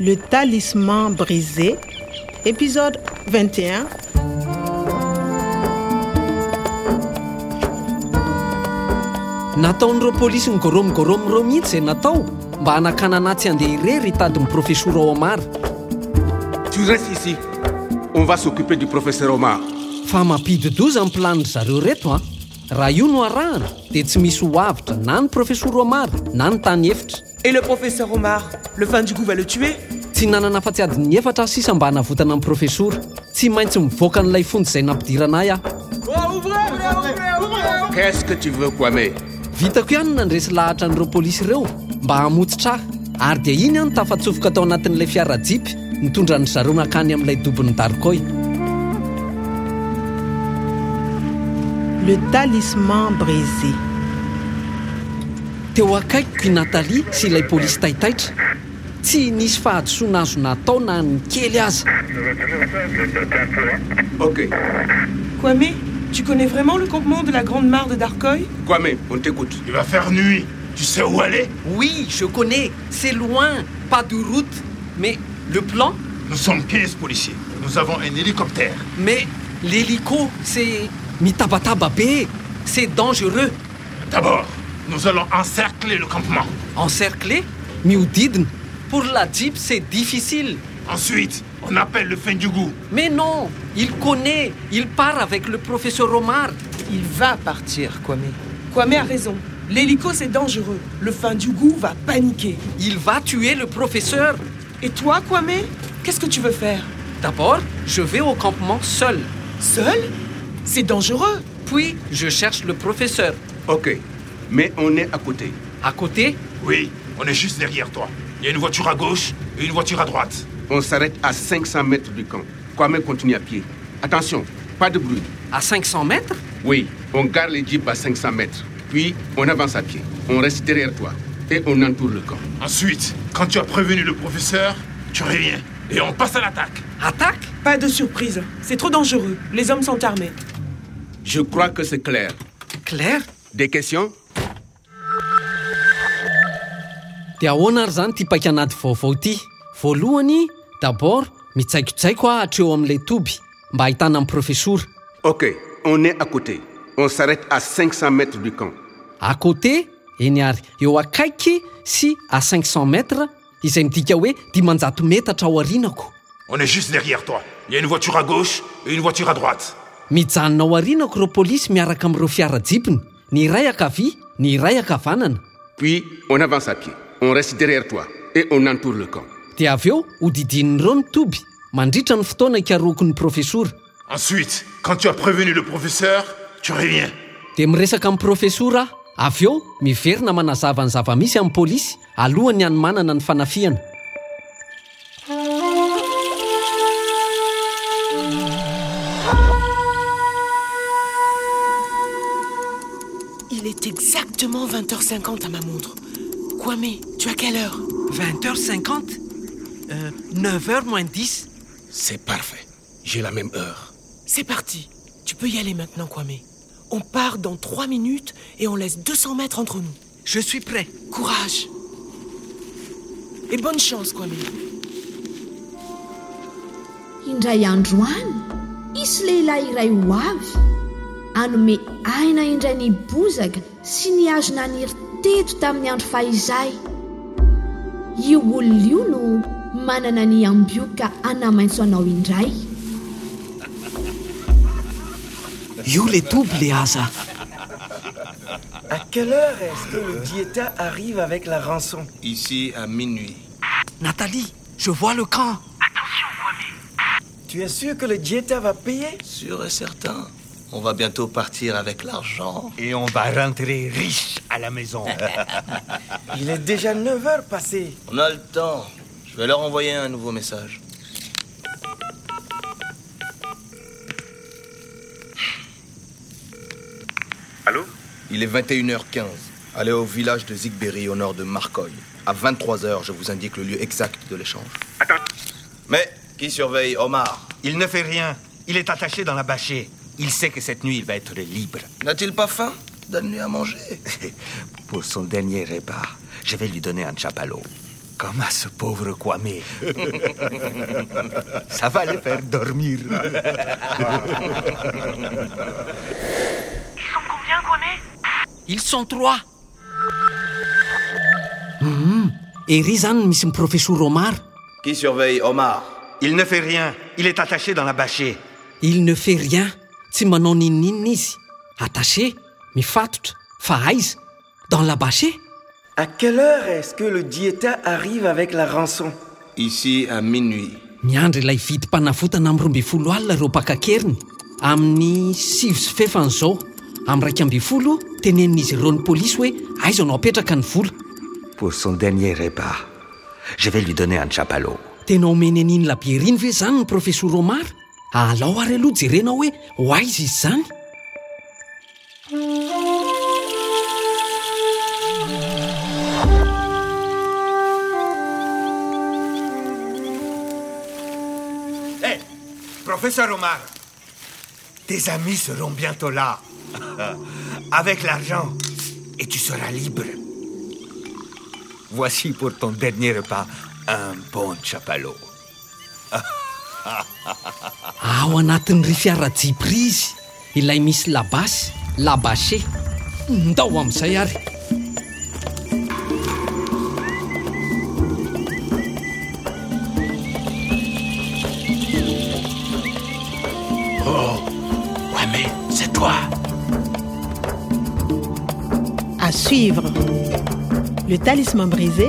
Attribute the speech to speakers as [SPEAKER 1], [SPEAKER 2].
[SPEAKER 1] Le talisman brisé, épisode 21.
[SPEAKER 2] nataon'ireo polisy ny gorômigorômireo mihitsy zay natao mba hanakanana tsy andeha irery hitadin'ny profesora omara
[SPEAKER 3] Tu restes ici. On va s'occuper du professeur Omar.
[SPEAKER 2] fa mampididoza ny mpilanindry zareo reto a raha io no arahana dia tsy misy ho avitra na ny profesora omara na ny tany efitra
[SPEAKER 4] Et le professeur Omar, le fin du goût va le tuer
[SPEAKER 2] tsy nanana fatsiadin'ny efatra sisa mba hanavotana amin'ny profesora tsy maintsy mivoaka n'ilay fonjy izay ah. nampidirana ahy aho
[SPEAKER 3] Qu'est-ce que tu veux, Kwame
[SPEAKER 2] vitako ihany nandresy lahatra an'ireo polisy ireo mba hamotsitra ahy ary dia iny ihany tafatsofoka tao anatin'ilay fiarajipy nitondra ny zareo nankany amin'ilay dobon'ny darikoy
[SPEAKER 1] Le talisman brisé.
[SPEAKER 2] teo akaikiko i natalia sy ilay polisy taitaitra tsy nisy fahadisoana azo natao na ny kely aza
[SPEAKER 3] Ok.
[SPEAKER 4] Kwame, tu connais vraiment le campement de la Grande Mare de Darkoy
[SPEAKER 3] Kwame, on t'écoute.
[SPEAKER 5] Il va faire nuit. Tu sais où aller
[SPEAKER 6] Oui, je connais, c'est loin, pas de route. Mais le plan
[SPEAKER 5] Nous sommes 15 policiers. Nous avons un hélicoptère.
[SPEAKER 6] Mais l'hélico, c'est mitabataba bé, c'est dangereux.
[SPEAKER 5] D'abord, nous allons encercler le campement.
[SPEAKER 6] Encerclé, miodidine. Pour la Jeep, c'est difficile.
[SPEAKER 5] Ensuite, on appelle le fin du goût.
[SPEAKER 6] Mais non, il connaît, il part avec le professeur Omar.
[SPEAKER 4] Il va partir, Kwame. Kwame a raison. L'hélico, c'est dangereux. Le fin du goût va paniquer.
[SPEAKER 6] Il va tuer le professeur.
[SPEAKER 4] Et toi, Kwame, qu'est-ce que tu veux faire
[SPEAKER 6] D'abord, je vais au campement seul.
[SPEAKER 4] Seul C'est dangereux.
[SPEAKER 6] Puis, je cherche le professeur.
[SPEAKER 3] Ok. Mais on est à côté.
[SPEAKER 6] À côté,
[SPEAKER 5] Oui, on est juste derrière toi. Il y a une voiture à gauche et une voiture à droite.
[SPEAKER 3] On s'arrête à 500 mètres du camp. Kwame continue à pied. Attention, pas de bruit.
[SPEAKER 6] à 500 mètres,
[SPEAKER 3] Oui, on garde les jeeps à 500 mètres. Puis, on avance à pied. On reste derrière toi. Et on entoure le camp.
[SPEAKER 5] Ensuite, quand tu as prévenu le professeur, tu reviens et on passe à l'attaque.
[SPEAKER 6] attaque
[SPEAKER 4] Pas de surprise. C'est trop dangereux. Les hommes sont armés.
[SPEAKER 3] Je crois que c'est clair.
[SPEAKER 6] Claire
[SPEAKER 3] Des questions
[SPEAKER 2] dia ahoana ary izany ty paika anaty vaovao ity voalohany dabord mitsaikotsaiko aho hatreo amin'ilay toby mba hahitana amin'ny profesora
[SPEAKER 3] Ok, on est à côté. On s'arrête à 500 mètres du camp.
[SPEAKER 2] à côté eny ary eo akaiky sy à 500 mètres izay midika hoe dimanjato metatra ao arinako
[SPEAKER 5] On est juste derrière toi. Il y a une voiture à gauche et une voiture à droite.
[SPEAKER 2] mijanona ao arinako ireo polisy miaraka amin'ireo fiarajipiny ny iray ankavia ny iray ankavanana
[SPEAKER 3] Puis, on avance à pied. On reste derrière toi. Et on entoure le camp.
[SPEAKER 2] dia avy eo hodidinin'ireo ny toby mandritra ny fotoana ikaroakon'ny profesora
[SPEAKER 5] Ensuite, quand tu as prévenu le professeur, tu reviens.
[SPEAKER 2] dia miresaka amin'ny profesora aho avy eo miverina manazava ny zava-misy amin'ny polisy alohany hanomanana ny fanafiana
[SPEAKER 4] Il est exactement 20h50 à ma montre. Kwame, tu as quelle heure
[SPEAKER 6] 20h50 euh, 9h moins 10
[SPEAKER 3] C'est parfait. J'ai la même heure.
[SPEAKER 4] C'est parti. Tu peux y aller maintenant, Kwame. On part dans 3 minutes et on laisse 200 mètres entre nous.
[SPEAKER 6] Je suis prêt.
[SPEAKER 4] Courage. Et bonne chance, Kwame.
[SPEAKER 7] indray andro any isy lehilahy iray ho avy anome aina indray ny bozaka sy ny hazo naniry teto tamin'ny andro fahizay io olona io no manana ny ambioka anamaintso anao indray
[SPEAKER 2] io le toby le aza
[SPEAKER 8] À quelle heure est-ce que le diéta arrive avec la rançon
[SPEAKER 3] Ici à minuit.
[SPEAKER 6] Nathalie, je vois le camp.
[SPEAKER 8] Tu es sûr que le diéta va payer
[SPEAKER 9] Sûr et certain. On va bientôt partir avec l'argent.
[SPEAKER 10] Et on va rentrer riche à la maison.
[SPEAKER 8] Il est déjà 9h passé.
[SPEAKER 9] On a le temps. Je vais leur envoyer un nouveau message.
[SPEAKER 11] Allô
[SPEAKER 9] Il est 21h15. Allez au village de Zigberry au nord de Marcoy. À 23h, je vous indique le lieu exact de l'échange.
[SPEAKER 11] Attends.
[SPEAKER 9] Mais qui surveille Omar
[SPEAKER 10] Il ne fait rien. Il est attaché dans la bâchée. Il sait que cette nuit, il va être libre.
[SPEAKER 9] N'a-t-il pas faim Donne-lui à manger.
[SPEAKER 10] Pour son dernier repas, je vais lui donner un chapalot. Comme à ce pauvre Kwame. Ça va les faire dormir.
[SPEAKER 11] Ils sont combien, Kwame
[SPEAKER 6] Ils sont trois.
[SPEAKER 2] Mhm. ery zany misy miprofesor omar
[SPEAKER 9] Qui surveille Omar
[SPEAKER 10] Il ne fait rien. Il est attaché dans la bâchée.
[SPEAKER 2] il ne fait rien tsy manao nininina izy attaché mifatotra fa aiza dans la bâché
[SPEAKER 8] À quelle heure est-ce que le diéta arrive avec la rançon
[SPEAKER 9] Ici à minuit.
[SPEAKER 2] miandry ilay vidy mpanavotana amin'ny roamby folo alina ireo mpakakeriny amin'ny sivy sy fefany izao amin'ny raika amby folo tenenin'izy ireo ny polisy hoe aiza anao apetraka ny vola
[SPEAKER 10] Pour son dernier repas, je vais lui donner un chapalot.
[SPEAKER 2] tena omeny an'iny labieriny ve zany ny professeur omara alao ary aloha jerena hoe ho aiza izy izany
[SPEAKER 10] Hé, Eh, professeur Omar, tes amis seront bientôt là. Avec l'argent, et tu seras libre. Voici pour ton dernier repas un bon chapalot.
[SPEAKER 2] ao anatin'ry fiarajiby izy ilay misy labasy labaché ndao amin'izay ary
[SPEAKER 5] Oh, Kwame, c'est toi.
[SPEAKER 1] À suivre. Le Talisman brisé,